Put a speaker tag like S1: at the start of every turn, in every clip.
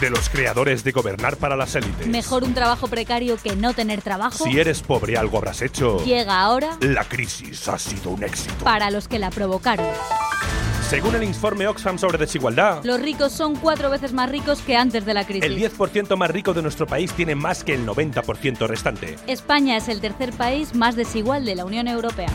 S1: De los creadores de Gobernar para las élites.
S2: Mejor un trabajo precario que no tener trabajo.
S1: Si eres pobre, algo habrás hecho.
S2: Llega ahora
S1: La crisis ha sido un éxito.
S2: para los que la provocaron.
S1: Según el informe Oxfam sobre desigualdad,
S2: Los ricos son cuatro veces más ricos que antes de la crisis.
S1: el 10% más rico de nuestro país tiene más que el 90% restante.
S2: España es el tercer país más desigual de la Unión Europea.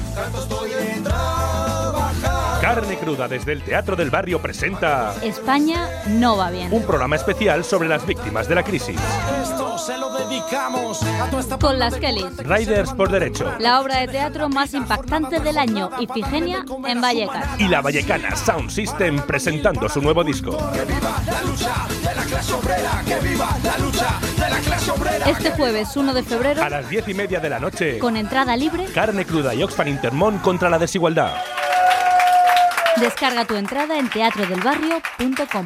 S1: Carne cruda desde el Teatro del Barrio presenta
S2: España no va bien.
S1: un programa especial sobre las víctimas de la crisis.
S3: Esto se lo dedicamos a toda esta
S2: Con las Kellys,
S1: Riders por Derecho.
S2: la obra de teatro más impactante del año, Ifigenia en Vallecas.
S1: Y la Vallecana Sound System presentando su nuevo disco.
S2: Este jueves 1 de febrero,
S1: A las diez y media de la noche,
S2: con entrada libre,
S1: Carne Cruda y Oxfam Intermón contra la desigualdad.
S2: descarga tu entrada en teatrodelbarrio.com.